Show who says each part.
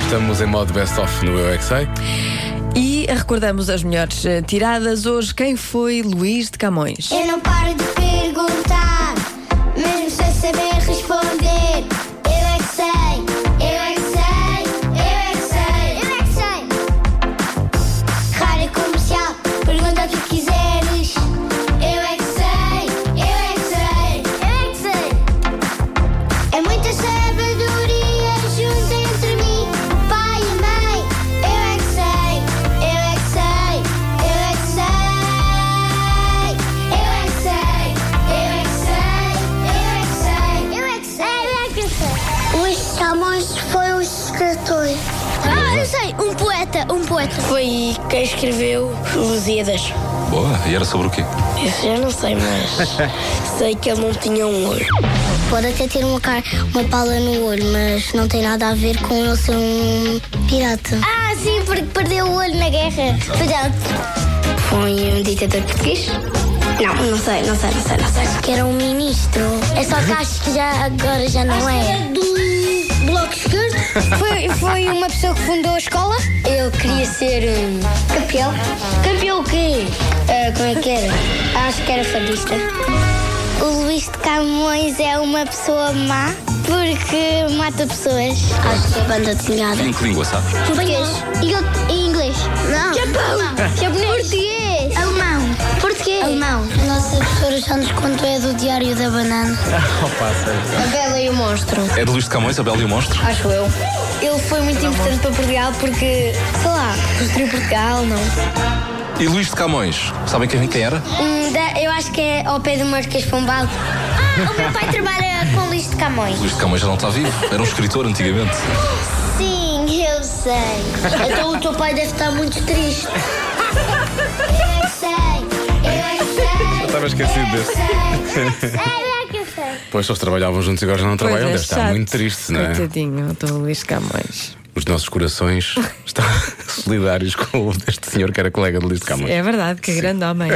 Speaker 1: Estamos em modo best of no Eu é Que Sei.
Speaker 2: E recordamos as melhores eh, tiradas hoje. Quem foi Luís de Camões?
Speaker 3: Eu não paro de perguntar, mesmo sem saber responder. Eu é que sei, eu é que sei, eu é que sei, eu é que sei. Rádio comercial, pergunta o que quiseres. Eu é que sei, eu é que sei, eu é que sei. É muita sabedoria junto entre mim, o pai e a mãe. Eu é que sei, eu é que sei, eu é que sei. Eu é que sei, eu é que sei, eu é que sei, eu é que sei, eu é que sei. Luís Camões foi
Speaker 4: um
Speaker 3: o escritor. Ah, eu sei, um poeta, um poeta.
Speaker 4: Foi quem escreveu Lusíadas.
Speaker 5: Boa, e era sobre o quê?
Speaker 4: Isso já não sei, mas sei que ele não tinha um olho.
Speaker 3: Pode até ter uma, cara, uma pala no olho, mas não tem nada a ver com ele ser um pirata. Ah, sim, porque perdeu o olho na guerra. Cuidado.
Speaker 4: Foi um ditador português? Não, não sei, não sei, não sei, não sei.
Speaker 3: Que era um ministro. É só que acho que já, agora já não é. do Bloco Esquerdo? Foi, foi uma pessoa que fundou a escola?
Speaker 4: Eu queria ser um,
Speaker 3: hum, Campeão.
Speaker 4: campeão o quê? Ah, como é que era? Acho que era fadista.
Speaker 3: O Luís de Camões é uma pessoa má porque mata pessoas. Acho que é banda desenhada.
Speaker 5: Em que língua, sabes?
Speaker 3: Português. E inglês. Não. Japão. Português. Alemão. Português. Alemão. A nossa professora já nos contou é do Diário da Banana.
Speaker 4: A Bela e o Monstro.
Speaker 5: É de Luís de Camões, a Bela e o Monstro?
Speaker 4: Acho eu. Ele foi muito importante para Portugal porque, sei lá, construiu Portugal, não?
Speaker 5: E Luís de Camões, sabem quem, quem era?
Speaker 4: Um eu acho que é ao pé do Marquês Pombal.
Speaker 3: Ah, o meu pai trabalha com lixo de Camões.
Speaker 5: Luís de Camões já não está vivo, era um escritor antigamente.
Speaker 3: Sim, eu sei. Então o teu pai deve estar muito triste. Eu é que sei. Eu é que sei. Eu
Speaker 1: estava esquecido desse.
Speaker 3: é que sei.
Speaker 1: Pois eles trabalhavam juntos e agora já não
Speaker 2: Pois
Speaker 1: trabalham.
Speaker 2: é,
Speaker 1: Deve estar
Speaker 2: chato.
Speaker 1: muito triste, não é?
Speaker 2: Coitadinho do Luís de Camões.
Speaker 1: Os nossos corações estão solidários com o deste senhor que era colega de Luís de Camões.
Speaker 2: É verdade, que grande homem.